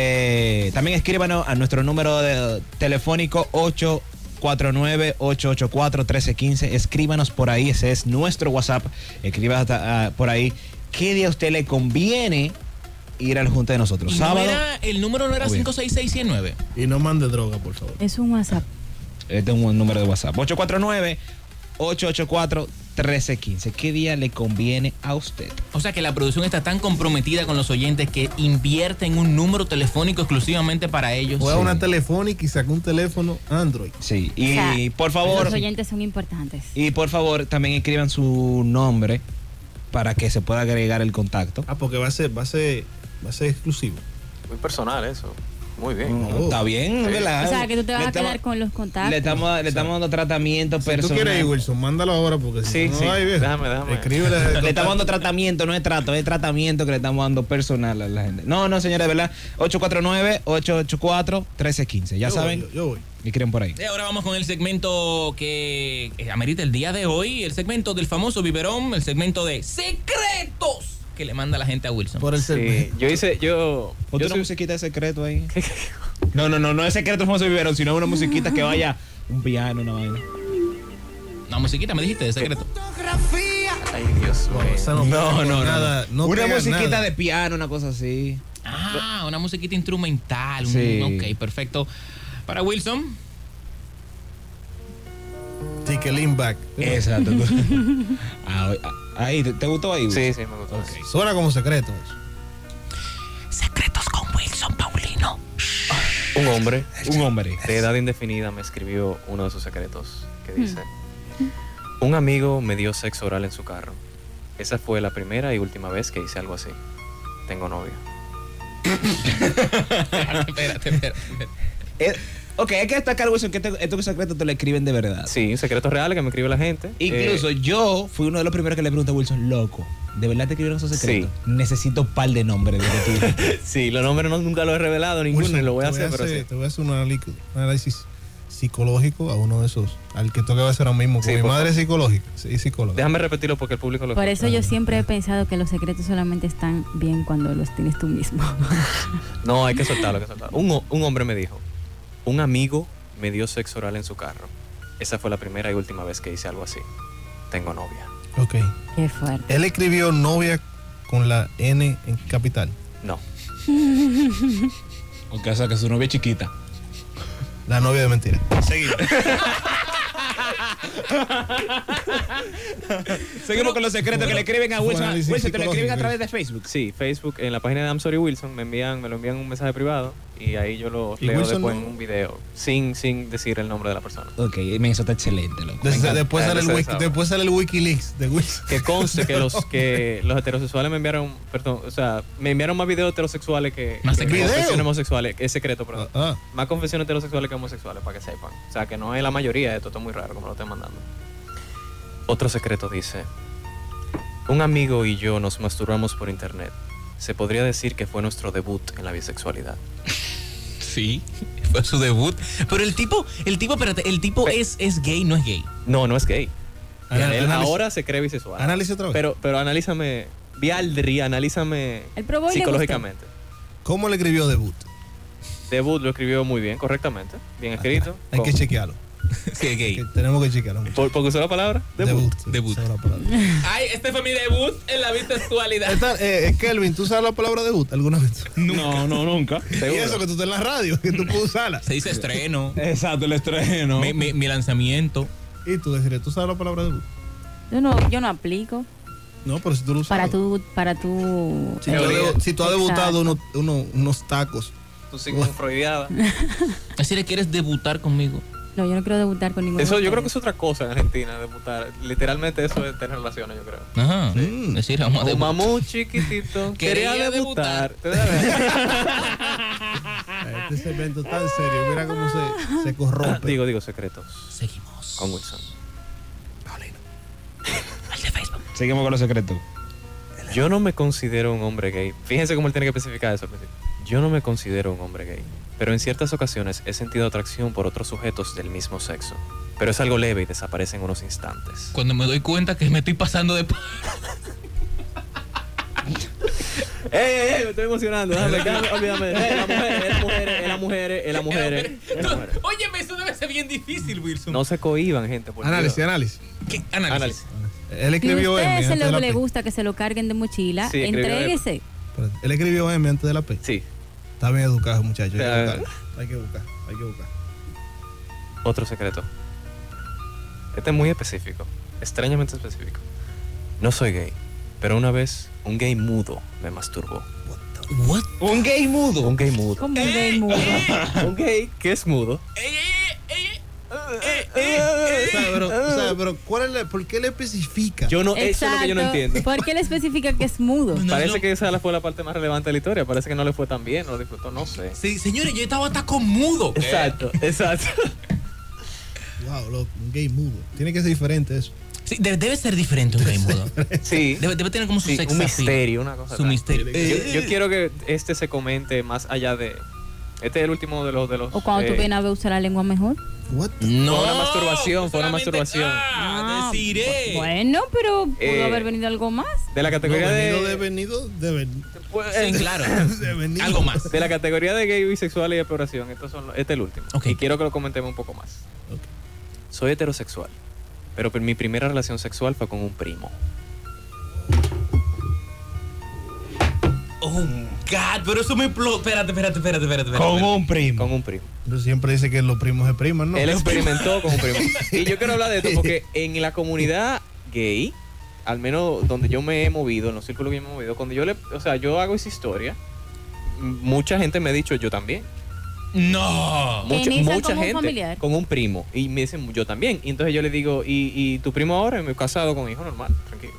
que también escríbanos a nuestro número de- telefónico 849-884-1315. Escríbanos por ahí, ese es nuestro WhatsApp. Escriba hasta, ah, por ahí qué día a usted le conviene ir al junta de nosotros. Y no Sábado. era- el número no era Muy bien. 566109. Y no mande droga, por favor. Es un WhatsApp. Este es un número de WhatsApp. 849-884-1315. ¿Qué día le conviene a usted? O sea que la producción está tan comprometida con los oyentes que invierte en un número telefónico exclusivamente para ellos. Fue a Sí. una telefónica y sacó un teléfono Android. Sí. Y O sea, por favor. Los oyentes son importantes. Y por favor, también escriban su nombre para que se pueda agregar el contacto. Ah, porque va a ser, va a ser, va a ser exclusivo. Muy personal eso. Muy bien. No, Está bien, Sí. ¿verdad? O sea, que tú te vas Le a estamos- quedar con los contactos. Le estamos, le estamos dando tratamiento Si tú personal. quieres, Wilson, mándalo ahora porque si Sí, no, sí. ay, viejo. Déjame, déjame. Escríbele. le estamos dando tratamiento, no es trato, es tratamiento que le estamos dando personal a la gente. No, no, señores, ¿verdad? 849-884-1315. Ya Yo saben, voy, yo- yo voy. y creen por ahí. Y ahora vamos con el segmento que eh, amerita el día de hoy, el segmento del famoso biberón, el segmento de secretos que le manda la gente a Wilson. Por el Sí, ser- yo hice, yo. ¿O yo tú una soy- musiquita de secreto ahí? no, no, no, no es secreto famoso vivero, sino una musiquita que vaya un piano, una vaina. No, musiquita, me dijiste de secreto. Ay, Dios mío. Wow, esa no, pega con nada, no una pega musiquita nada. de piano, una cosa así. Ah, una musiquita instrumental. un- Sí. ok, perfecto. Para Wilson, Tiquelín back. Exacto. Ah, ah, ahí, ¿te, te gustó ahí? Sí, sí, me gustó. sí. Suena como secreto. eso. secretos con Wilson Paulino. Un hombre Un hombre. de edad indefinida me escribió uno de sus secretos que dice: Un amigo me dio sexo oral en su carro. Esa fue la primera y última vez que hice algo así. Tengo novio. espérate, espérate. espérate. Eh, ok, hay que destacar, Wilson, que este- estos secretos te lo escriben de verdad. Sí, un secreto real que me escribe la gente. Incluso Eh, yo fui uno de los primeros que le pregunté a Wilson, loco, ¿de verdad te escribieron esos secretos? Necesito un par de nombres de lo tuyo". sí, los nombres no- nunca los he revelado, ninguno, y lo voy a Te hacer, pero sí. Te voy a hacer un análisis, un análisis psicológico a uno de esos. Al que toca va a hacer ahora mismo. porque Sí, mi por madre es psicológica. Sí, psicóloga. Déjame repetirlo porque el público lo Por eso yo siempre he pensado que los secretos solamente están bien cuando los tienes tú mismo. No, hay que soltarlo, hay que soltarlo. Un, ho- un hombre me dijo, un amigo me dio sexo oral en su carro. Esa fue la primera y última vez que hice algo así. Tengo novia. Ok. Qué fuerte. Él escribió novia con la N en capital. No. O que, o sea, que su novia es chiquita. La novia de mentira. Seguimos con los secretos que le escriben a fue Wilson. análisis Wilson, te lo escriben a psicológico, través de Facebook. Sí, Facebook, en la página de I'm Sorry Wilson, me envían, me lo envían un mensaje privado y ahí yo lo ¿Y leo Wilson después no? en un video, sin, sin decir el nombre de la persona. Ok, men, eso está excelente, loco. Me Des- encanta. después, Ah, sale el esa- wiki- esa. después sale el Wikileaks de Wilson. Que conste que los que los heterosexuales me enviaron, perdón, o sea, me enviaron más videos heterosexuales que, Más que secreto. confesiones homosexuales, es secreto, perdón. Ah, ah. Más confesiones heterosexuales que homosexuales, para que sepan. O sea, que no es la mayoría, esto está muy raro como lo estoy mandando. Otro secreto dice, un amigo y yo nos masturbamos por internet. Se podría decir que fue nuestro debut en la bisexualidad. Sí, fue su debut. Pero el tipo, el tipo, espérate, el tipo Pe- es, es gay, no es gay. No, no es gay. Ana- Él análisis- ahora se cree bisexual. análisis otra vez. Pero, pero analízame, Bialdri, analízame Él probó y le gustó. psicológicamente. ¿Cómo le escribió debut? Debut lo escribió muy bien, correctamente, bien escrito. Hay con- que chequearlo. Sí, es gay. Que tenemos que chequearlo. ¿Por, porque usó la palabra? Debut. Debut. Esa es la palabra. Ay, este fue mi debut en la bisexualidad. Esta- eh, eh, Kelvin, ¿tú sabes la palabra debut alguna vez? No, no, nunca. Y eso que tú estás en la radio, que tú puedes usarla. Se dice estreno, Exacto, el estreno. mi, mi- mi lanzamiento. Y tú decirle, ¿tú sabes la palabra debut? Yo no, yo no aplico No, pero si tú lo usas. para tu, para tu. eh, Si tú, has debu- si tú has debutado uno- uno- unos tacos. Tú sí, como freudiada. Es decir, quieres debutar conmigo. No, yo no quiero debutar con ninguno. Eso de yo creo que ustedes. es otra cosa en Argentina, debutar. Literalmente eso es tener relaciones, yo creo. Ajá. Sí. Es decir, vamos a Un debutar. mamú chiquitito Quería debutar. Este segmento tan serio, mira cómo se, se corrompe. digo, digo, secretos Seguimos. con Wilson. Al de Facebook. Seguimos con los secretos. Yo no me considero un hombre gay. Fíjense cómo él tiene que especificar eso. al principio. Yo no me considero un hombre gay. Pero en ciertas ocasiones he sentido atracción por otros sujetos del mismo sexo. Pero es algo leve y desaparece en unos instantes. Cuando me doy cuenta que me estoy pasando de... pa- ¡Eh, eh, eh! Me estoy emocionando. Déjame, déjame, olvídame. Eh, la mujer, era mujeres, era mujeres, era mujeres. era mujeres. Oye, eso debe ser bien difícil, Wilson. No se cohiban, gente. por Análisis, Dios. análisis. ¿Qué? Análisis. Análisis. Él Si a escribió M. usted se antes de lo, la le P. gusta que se lo carguen de mochila, Sí, escribió entréguese. Espérate, Él escribió M antes de la P. Sí. Está bien educado, muchacho. Hay que Ah. educar. Hay que buscar. Hay que buscar. Otro secreto. Este es muy específico, extrañamente específico. No soy gay, pero una vez un gay mudo me masturbó. What? Un gay mudo. Un gay mudo. Como un Eh, gay mudo. Un gay que es mudo. Ey, ey, ey, ey. Eh, O sea, pero, o sea, pero ¿cuál es la- ¿por qué le especifica? Yo no, eso es lo que yo no entiendo. ¿Por qué le especifica que es mudo? No, Parece no. que esa fue la parte más relevante de la historia. Parece que no le fue tan bien, no lo disfrutó, no sé. Sí, señores, yo estaba hasta con mudo. Exacto, exacto. Wow, loco, un gay mudo. Tiene que ser diferente eso. Sí, debe, debe ser diferente un gay mudo. Sí, Debe, debe tener como su sí, sex un appeal. misterio, una cosa. Su tal. misterio. Yo, yo quiero que este se comente más allá de. Este es el último de los. De los O cuando eh, tú vienes a ver usar la lengua mejor. What the- No, Fue una masturbación, fue una solamente- masturbación. Ah, deciré. Bueno, pero pudo Eh, haber venido algo más. De la No, categoría venido de. de venido de ven- pues, Sí, claro. de venido. Algo más. De la categoría de gay, bisexual y de exploración, estos son, los- este es el último. Ok. Y quiero que lo comentemos un poco más. Ok. Soy heterosexual, pero mi primera relación sexual fue con un primo. Oh, God, pero eso me explotó. Espérate, espérate, espérate, espérate. espérate. Con un primo. Con un primo. Pero siempre dice que los primos es prima, ¿no? Él experimentó con un primo. Y yo quiero hablar de esto porque en la comunidad gay, al menos donde yo me he movido, en los círculos que yo me he movido, cuando yo le, o sea, yo hago esa historia, m- mucha gente me ha dicho yo también. No. Mucha, inician mucha como un gente familiar. con un primo y me dicen yo también. Y entonces yo le digo, "¿Y, y tu primo ahora? Y me he casado con hijo normal, tranquilo,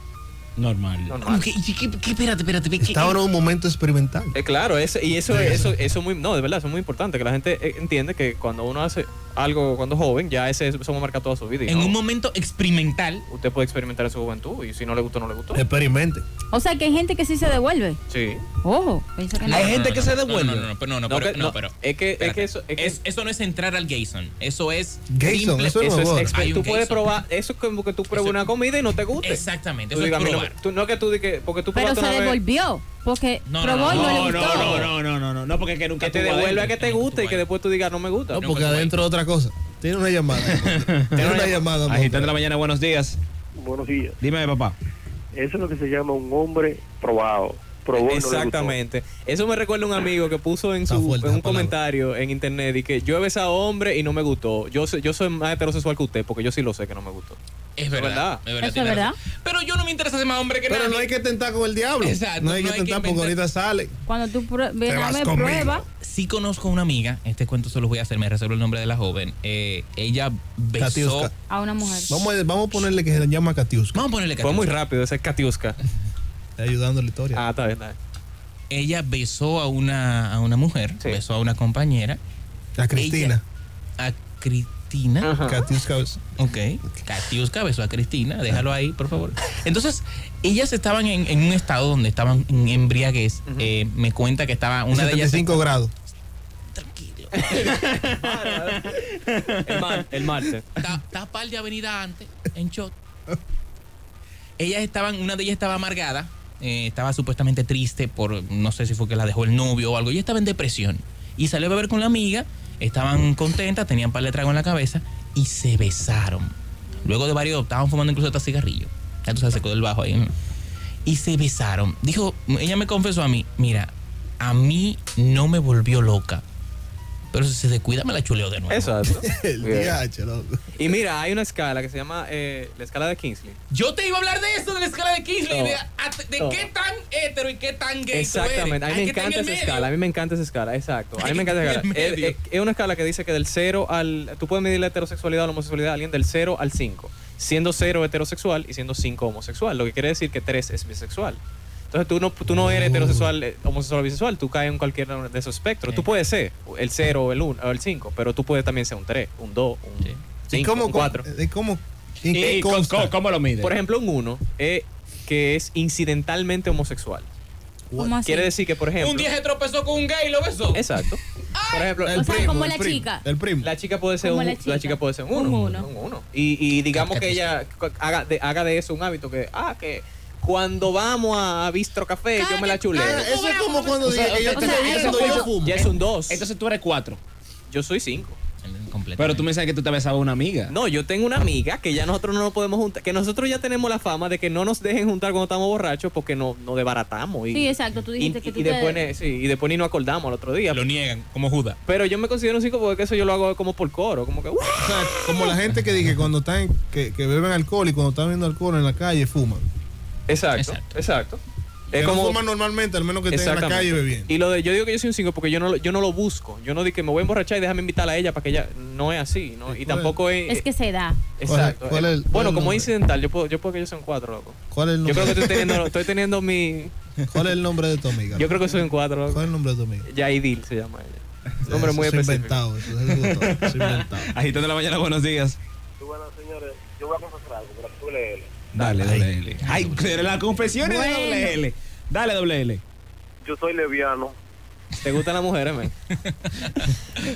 Normal. normal." ¿Qué, qué, qué, espérate, espérate. ¿qué- qué- Está en un momento experimental. Eh, claro, eso, y eso es eso, eso muy, no, de verdad, eso es muy importante, que la gente eh, entiende que cuando uno hace algo cuando es joven, ya ese eso me marca toda su vida. y en no, un momento experimental. usted puede experimentar en su juventud y si no le gustó, no le Eh, gustó. Experimente. O sea, que hay gente que sí se devuelve. Sí. Ojo. pensé que no. Hay gente no, que no, se no, devuelve. No, no, no, pero no, no, No, pero, que- no, no, pero. es que, es espérate. que eso es, que- Es- eso no es entrar al Gayson. Eso es. Gayson, simple- eso es eso es Hay exper- un tú puedes queso. probar, eso es como que tú pruebas Eso- una comida y no te gusta. Exactamente. Tú Eso es digas, "A mí no me- probar. tú- no que tú di que- porque tú Pero probaste se una vez- devolvió. Porque No, no, probó y no le no, gustó. no, no, no, no, no, no, porque es que nunca que te tuvo devuelve a adentro. que te no, que guste tú y que vayas. después tú digas no me gusta. No, No, porque pues, adentro otra cosa. Tiene una llamada. Tiene una llamada. amor. Agitando la mañana, buenos días. Buenos días. Dime, papá. Eso es lo que se llama un hombre probado. Probó y no le gustó. Exactamente. Eso me recuerda a un amigo que puso en, Está su, fuerte en un esa palabra. comentario en internet y que yo he besado a hombre y no me gustó. Yo, soy- yo soy más heterosexual que usted porque yo sí lo sé que no me gustó. Es verdad. verdad. Es Eso es tiene verdad. razón. Pero yo no me interesa ser más hombre que Pero nadie. no hay que tentar con el diablo. Exacto, No hay que no hay que tentar porque inventar. ahorita sale. Cuando tú prue- vienes a vas ver conmigo. prueba, Sí conozco a una amiga, este cuento se lo voy a hacer, me reservo el nombre de la joven. eh, ella besó. Katiuska. a una mujer. Vamos a, vamos a ponerle que se llama Katiuska. Vamos a ponerle Fue muy Katiuska. rápido ese es Katiuska. Está ayudando la historia. Ah, está bien, está bien. Ella besó a una, a una mujer, Sí. besó a una compañera, a Cristina. a Cristina. Ajá. Katiuska. Ok. Katiuska besó a Cristina, déjalo Ah. ahí, por favor. Entonces, ellas estaban en, en un estado donde estaban en embriaguez. Ujú. Eh, me cuenta que estaba una de ellas. 75 grados. Tranquilo. El, mar- el martes. Ta- tapar de avenida antes, en shot. Ellas estaban, una de ellas estaba amargada, eh, estaba supuestamente triste por, no sé si fue que la dejó el novio o algo, ella estaba en depresión. Y salió a beber con la amiga, estaban contentas, tenían par de trago en la cabeza y se besaron. Luego de varios, estaban fumando incluso hasta cigarrillo. Ya tú sabes, se quedó el bajo ahí. ¿no? Y se besaron. Dijo, ella me confesó a mí, mira, a mí no me volvió loca. Pero si se descuida me la chuleo de nuevo. Exacto. El Bien. DH, loco. Y mira, hay una escala que se llama eh, la escala de Kingsley. Yo te iba a hablar de eso, de la escala de Kingsley, No. de, a- de No. qué tan hétero y qué tan gay tú eres. Exactamente. A mí Hay me que estar en encanta el esa medio. escala. A mí me encanta esa escala. Exacto. A Hay mí me que encanta esa estar en escala. el Es, medio. es- es una escala que dice que del 0 al. Tú puedes medir la heterosexualidad o la homosexualidad de alguien del 0 al 5. Siendo 0 heterosexual y siendo 5 homosexual. Lo que quiere decir que 3 es bisexual. Entonces tú no, tú no Oh. eres heterosexual, eh, homosexual o bisexual. Tú caes en cualquiera de esos espectros. Sí. Tú puedes ser el 0 o el 1 o el 5. Pero tú puedes también ser un 3, un 2, un Sí. 5, un 4. ¿Y cómo? ¿En qué ¿Y cómo, consta? cómo- cómo lo mide? Por ejemplo, un 1 es que es incidentalmente homosexual. ¿Cómo así? Quiere decir que, por ejemplo. Un día se tropezó con un gay y lo besó. Exacto. Por ejemplo, O sea, como la chica. El primo. la chica puede ser Como un, la la, chica. chica. puede ser un Un uno, uno. un uno. Y, y digamos que Cacatús. ella haga de, haga de eso un hábito que ah que Cuando vamos a, a Bistro Café, yo me la chuleo. Ah, Eso es como cuando dije que yo o estoy sea, bebiendo, yo fumo. Ya es un 2. Entonces tú eres cuatro. Yo soy 5. Completamente. Pero tú me sabes que tú te besabas a una amiga. No, yo tengo una amiga que ya nosotros no nos podemos juntar. Que nosotros ya tenemos la fama de que no nos dejen juntar cuando estamos borrachos porque nos no desbaratamos. Y, Sí, exacto. Tú dijiste y- que y- tú y te- después, eh, ne- sí, y después ni nos acordamos al otro día. lo niegan, como Judas. Pero yo me considero un 5 porque eso yo lo hago como por coro. Como que, ¡guau! O sea, como la gente que dije cuando están en- que, que beben alcohol y cuando están bebiendo alcohol en la calle fuman. Exacto, Exacto. exacto. Que Es no como. fuman normalmente, al menos que estén en la Exactamente. calle bebiendo. Y lo de yo digo que yo soy un 5 porque yo no, lo- yo no lo busco. Yo no digo que me voy a emborrachar y déjame invitarla a ella para que ella. No es así, ¿no? ¿Y Y cuál tampoco es. Es que se da. Exacto. ¿Cuál es el- cuál es bueno, el como nombre? incidental, yo puedo, yo puedo que yo sea un 4, loco. ¿Cuál es el Yo nombre? creo que estoy teniendo, estoy teniendo mi. ¿Cuál es el nombre de tu amiga? Yo creo que soy un 4, loco. ¿Cuál es el nombre de tu amiga? Yaidil se llama ella. Un Nombre Eso muy es específico. inventado, eso es algo todo, es inventado. Agitando la mañana, buenos días. Bueno, señores, yo voy a confesar algo, pero tú léelo. Dale, Ay. doble L. Ay, pero la confesión es de doble L. Dale, doble L. Yo soy leviano. ¿Te gustan las mujeres, men?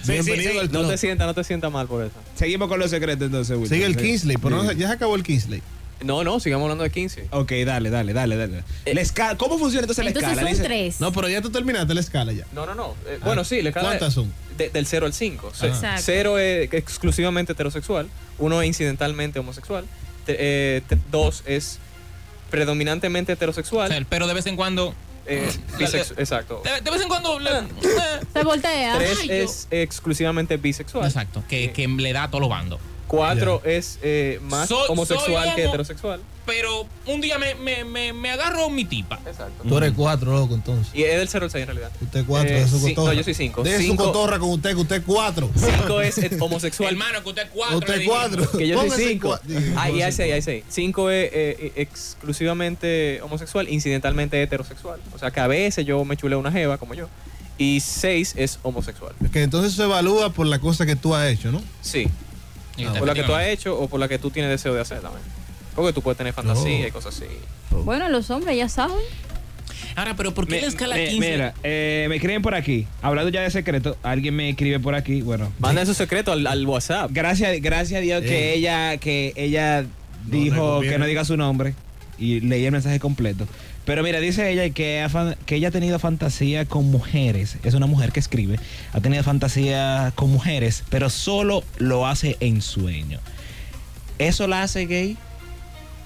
Bienvenido al No club. te sientas, no te sientas mal por eso. Seguimos con los secretos entonces, Wilson. Sigue el Kingsley, pero no Sí. se- ya se acabó el Kingsley. No, no, sigamos hablando de 15. Ah. Ok, dale, dale, dale, dale. Eh, La escala- ¿Cómo funciona entonces, la Entonces escala? son Dice- tres. No, pero ya tú terminaste la escala ya. No, no, no. Eh, Ah. bueno, sí, la escala. ¿Cuántas son? de- del 0 al 5. Ah. Exacto. 0 es eh, exclusivamente heterosexual, 1 es incidentalmente homosexual, 2 es predominantemente O heterosexual, sea, el pero de vez en cuando. eh, bisex- exacto. De, de vez en cuando. le- Eh. Se voltea. 3 Ay, yo- es exclusivamente bisexual, Exacto. Que, que le da a todos los bandos. 4 es eh, más So- homosexual soy que homo- heterosexual. Pero un día me, me, me, me agarro mi tipa. Exacto. Tú eres cuatro, loco, entonces. Mm. Y es del 0 al 6 en realidad. Usted cuatro, Eh, de su sí, cotorra. no, yo soy cinco. De su Cinco. cotorra con usted, que usted cuatro. 5 es eh, homosexual. Hermano, que usted es cuatro. le Usted dijimos. cuatro. Que yo soy Póngase 5. cua- Digo, Ahí, ahí, póngase ahí, ahí. 5 es eh, eh, exclusivamente homosexual, incidentalmente heterosexual. O sea, que a veces yo me chuleo una jeva, como yo. Y 6 es homosexual. cuatro. Que entonces se evalúa por la cosa que tú has hecho, ¿no? Sí. Y Ah, Por la que tú has efectivamente. hecho o por la que tú tienes deseo de hacer también. Porque tú puedes tener fantasía No. y cosas así. Bueno, los hombres ya saben. Ahora, pero ¿por qué Me- la escala me- 15? Mira, eh, me escriben por aquí. Hablando ya de secreto, alguien me escribe por aquí. Bueno, Manden su secreto al, al WhatsApp. gracias, gracias a Dios que Eh. ella, que ella No le dijo conviene. que no diga su nombre y leí el mensaje completo. Pero mira, dice ella que, ha fan- que ella ha tenido fantasía con mujeres. Es una mujer que escribe. Ha tenido fantasía con mujeres, pero solo lo hace en sueño. ¿Eso la hace gay?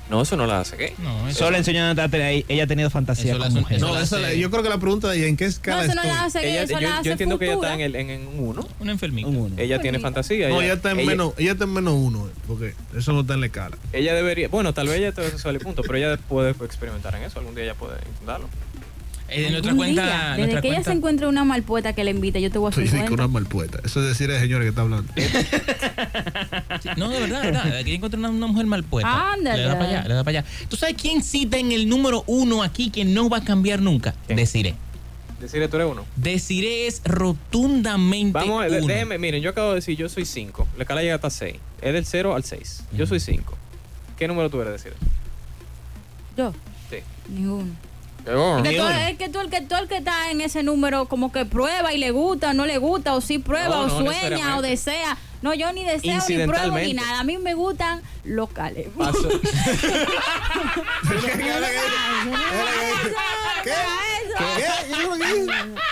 No, eso no la hace gay. No, eso- Solo en sueño no te ha teni- ella ha tenido fantasía Eso la con hace- mujeres. eso No, la esa hace- la- yo creo que la pregunta de ella, ¿en qué No, escala eso no estoy? la hace gay, Ella- eso yo, la hace yo entiendo que ella futura. está en, el, en, 1. Un enfermito. Un uno. Ella tiene Bonito. fantasía. no, ella está en menos, ella está en menos uno, eh, porque eso no está en la escala. Ella debería. Bueno, tal vez ella esté homosexual y punto, pero ella puede experimentar en eso. Algún día ella puede intentarlo. Eh, en nuestra Algún cuenta. día, desde nuestra que ella cuenta- se encuentre una malpueta que le invite, yo te voy a Estoy hacer diciendo que cuenta. una mal poeta. Eso es decir el señor que está hablando. Sí, No, de verdad, de verdad. Aquí encontré una, una mujer mal puesta. Ándale. Le da para allá, le da para allá. ¿Tú sabes quién cita en el número uno aquí que no va a cambiar nunca? ¿Quién? Deciré. Decirle tú eres uno. Deciré es rotundamente Vamos, a- de- uno. déjeme, miren, yo acabo de decir, yo soy 5. La escala llega hasta 6. Es del 0 al 6. Yo soy 5. ¿Qué número tú eres decir? Yo, Sí. ninguno. Que tú- es que tú, el que tú el que está en ese número como que prueba y le gusta, no le gusta, o sí prueba, No, o no sueña, o necesariamente. desea. No, yo ni deseo, ni pruebo, ni Incidentalmente. nada. A mí me gustan locales. Pasó. ¿Qué?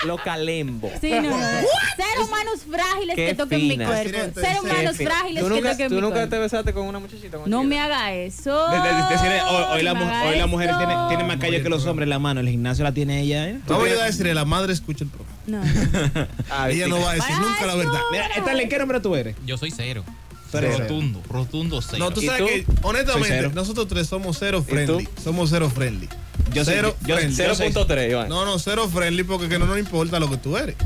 Lo calembo. Sí, no, no, no. Ser humanos frágiles Qué que toquen mi fina. cuerpo. Excelente, Ser humanos En fin, frágiles ¿Tú que nunca, toquen tú mi nunca te cuerpo. besaste con una muchachita? con una No me chica? haga eso. De- de- decirle, "Oh, hoy, hoy la, No mu- me haga hoy la mujer eso. tiene, tiene más calle que los hombres en la mano. El gimnasio la tiene ella. ¿eh? Vamos a ayudar a decirle, la madre escucha el programa. No, no. Ah, Ella no va a decir Para nunca la eso. verdad. Mira, Stanley, ¿qué número tú eres? Yo soy cero. Cero. Rotundo, rotundo cero. No, tú ¿Y sabes tú? que, Soy honestamente, cero. nosotros tres somos cero friendly. Somos cero friendly. Yo soy- cero yo- friendly. cero- yo soy- 0.3, Iván. No, no, cero friendly porque que no nos importa lo que tú eres.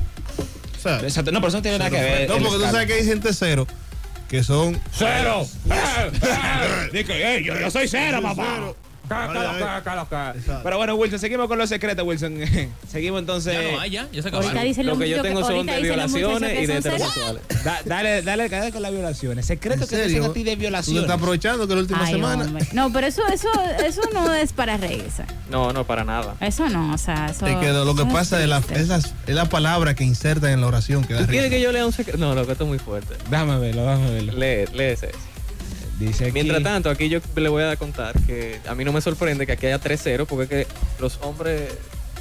O sea, Exacto, no, pero eso no tiene nada que ver. no, el porque tú escala. sabes que hay gente cero que son. ¡Cero! yo, soy cero, papá. Pero bueno, Wilson, seguimos con los secretos, Wilson. seguimos entonces. Ya no hay, ya, ya se acabaron. Ahorita dicen Lo los que yo muchachos tengo son ahorita de dicen los violaciones muchachos y de que son celos. heterosexuales. Da- dale, dale, dale con las violaciones. Secretos ¿En que te serio? dicen a ti de Tú te violaciones. estás aprovechando que la última Ay, semana. hombre. No, pero eso, eso, eso no es para reírse. No, no, para nada. Eso no, o sea, eso. Es que lo, lo que eso es pasa es la, triste. esas- es la palabra que insertan en la oración que da ¿Tú quieres risa. que yo lea un secreto? No, loco, esto es muy fuerte. Déjame verlo, déjame verlo. Lee, lee ese. Dice aquí. Mientras tanto, aquí yo le voy a contar que a mí no me sorprende que aquí haya 3-0 porque es que los hombres...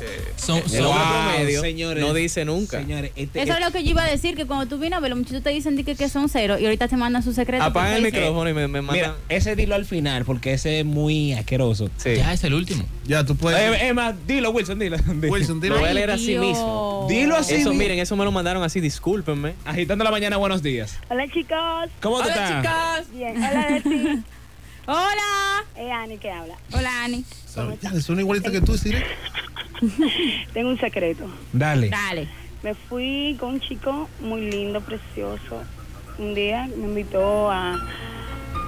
eh, Son- el hombre Wow, promedio no dice nunca. Señores, este- Eso es lo que yo iba a decir, que cuando tú vienes a ver, los muchachos te dicen di que, que son cero y ahorita te mandan su secreto. Apaga el porque dicen- micrófono y me, me Mira, mandan... ese dilo al final porque ese es muy asqueroso. Sí. Ya es el último. Ya, tú puedes. Eh, Emma, dilo, Wilson, dilo. Wilson, Lo dilo. voy a leer a sí Dios. mismo. Dilo así. Eso, di- miren, eso me lo mandaron así, discúlpenme. Agitando la mañana, buenos días. Hola chicos. ¿Cómo te Hola, estás? chicas. Bien. Hola Leti. Hola. Es Ani que habla. Hola, Ani. Ya, Son igualitas que tú, Siri. Tengo un secreto. Dale. Dale. Me fui con un chico muy lindo, precioso. Un día me invitó a,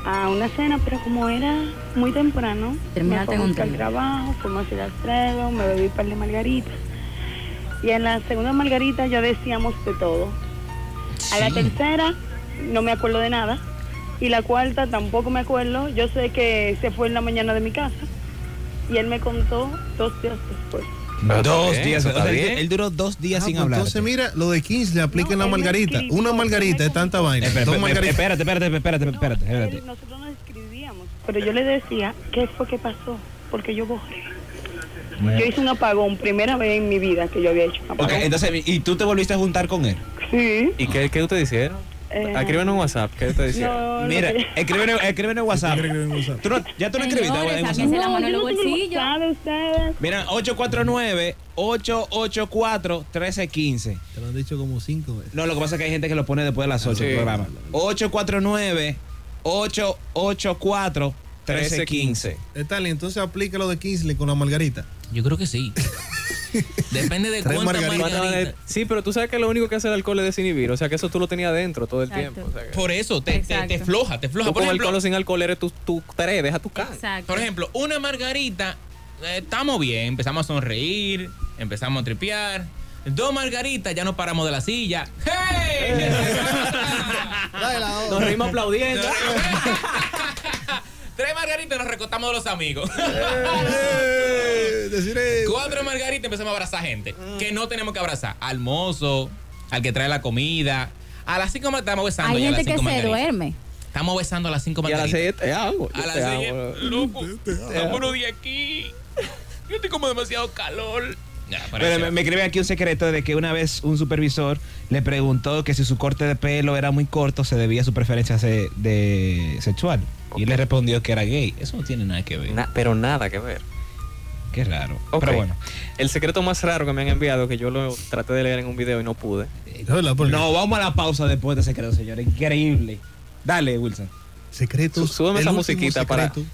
a una cena, pero como era muy temprano, me Terminaste fue a en un buscar tren. trabajo, fuimos a Cilastrego, me bebí un par de margaritas. Y en la segunda margarita ya decíamos de todo. A la Sí. tercera no me acuerdo de nada. Y la cuarta tampoco me acuerdo. Yo sé que se fue en la mañana de mi casa. Y él me contó dos días después. Pero Dos está bien, días. Ah, eso está O sea, él, bien. él duró dos días Ah, sin pues hablar. Entonces, mira, lo de 15 le apliquen No, la él me margarita. escribió, Una él me margarita es tanta vaina. Espérate, Dos espérate, margaritas. espérate, espérate, espérate, No, espérate, él- espérate. nosotros nos escribíamos, pero yo le decía qué fue que pasó, porque yo borré. Yo hice un apagón, primera vez en mi vida que yo había hecho un Ok, apagón. entonces, ¿y tú te volviste a juntar con él? Sí. ¿Y qué, qué ustedes hicieron? Eh, Escríbenos un WhatsApp, ¿qué ustedes hicieron? No, no Mira, quería- escríbeme, escríbeme en WhatsApp. Tú no- ya tú no escribiste Señores, en WhatsApp. sáquense la mano yo en los no tengo- bolsillos. ¿Sabe ustedes? Mira, 849-884-1315. Te lo han dicho como cinco veces. No, lo que pasa es que hay gente que lo pone después de las 8 Sí. del programa. 849-884-1315. Stanley, Eh, entonces aplica lo de 15 con la margarita. Yo creo que sí. Depende de Tres cuántas margaritas. ¿Cuántas van a- margaritas. Sí, pero tú sabes que lo único que hace el alcohol es desinhibir. O sea, que eso tú lo tenías adentro todo el Exacto. tiempo. O sea, que Por eso, te, te, Exacto. te floja, te floja. tú Por con alcohol ejemplo, o sin alcohol eres tú, tú tarea, deja tu can. Exacto. por ejemplo, una margarita, eh, estamos bien, empezamos a sonreír, empezamos a tripear. Dos margaritas, ya nos paramos de la silla. ¡Hey! Nos reímos aplaudiendo. Tres margaritas, nos recostamos de los amigos. Eh, Cuatro margaritas empezamos a abrazar gente que no tenemos que abrazar. Al mozo, al que trae la comida. A las cinco mar- estamos besando. Hay ya a las gente que cinco se margaritas. duerme. Estamos besando a las cinco y a las margaritas. 6 te amo. yo A las te seis, amo. loco, vámonos de aquí. Yo tengo como demasiado calor. Ya, para Pero allá. me, me escriben aquí un secreto de que una vez un supervisor le preguntó que si su corte de pelo era muy corto se debía a su preferencia se- de sexual. Y él le respondió que era gay. Eso no tiene nada que ver. Na- pero nada que ver. Qué raro. Ok. Pero bueno. El secreto más raro que me han enviado, que yo lo traté de leer en un video y no pude. Hola, ¿por qué? No, vamos a la pausa después de ese secreto, señores. Increíble. Dale, Wilson. Secretos. Sú- súbeme el esa último musiquita para- secreto,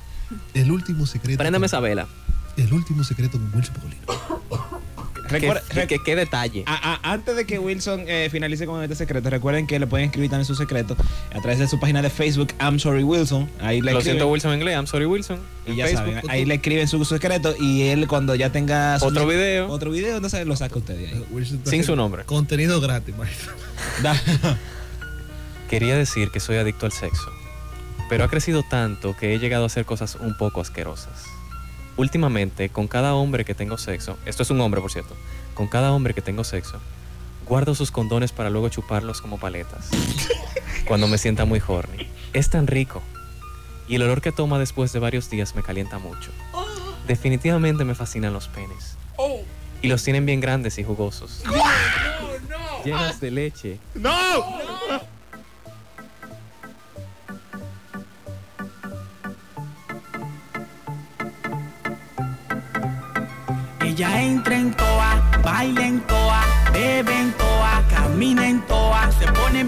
El último secreto. Préndeme esa vela. El último secreto con Wilson Paulino. ¿Qué, Recuerda- qué- qué- qué detalle. A- a- antes de que Wilson eh, finalice con este secreto, recuerden que le pueden escribir también su secreto a través de su página de Facebook, I'm Sorry Wilson. Ahí le lo escriben. siento, Wilson en inglés. I'm sorry, Wilson. Y en ya Facebook. saben, ahí le escriben su, su secreto y él cuando ya tenga su- Otro video. otro video, entonces lo saca usted de ahí. Wilson está Sin su haciendo nombre. Contenido gratis, maestro. Da- Quería decir que soy adicto al sexo, pero ha crecido tanto que he llegado a hacer cosas un poco asquerosas. Últimamente, con cada hombre que tengo sexo, esto es un hombre por cierto, con cada hombre que tengo sexo, guardo sus condones para luego chuparlos como paletas. Cuando me sienta muy horny. Es tan rico. Y el olor que toma después de varios días me calienta mucho. Definitivamente me fascinan los penes. Oh, Y los tienen bien grandes y jugosos. no, no. Llenos de leche. Ella entra en toa, baila en toa, bebe en toa, camina en toa, se pone